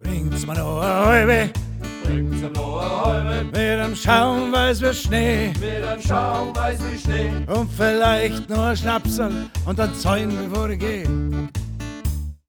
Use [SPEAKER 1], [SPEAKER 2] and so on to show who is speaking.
[SPEAKER 1] Bringt's mal ne hohe Häube. Bringt's mal ne hohe Häube. Mit einem Schaum weiß wie Schnee.
[SPEAKER 2] Mit einem Schaum weiß wie Schnee.
[SPEAKER 1] Und vielleicht nur ein Schnapsel und ein Zäun, bevor ich geh.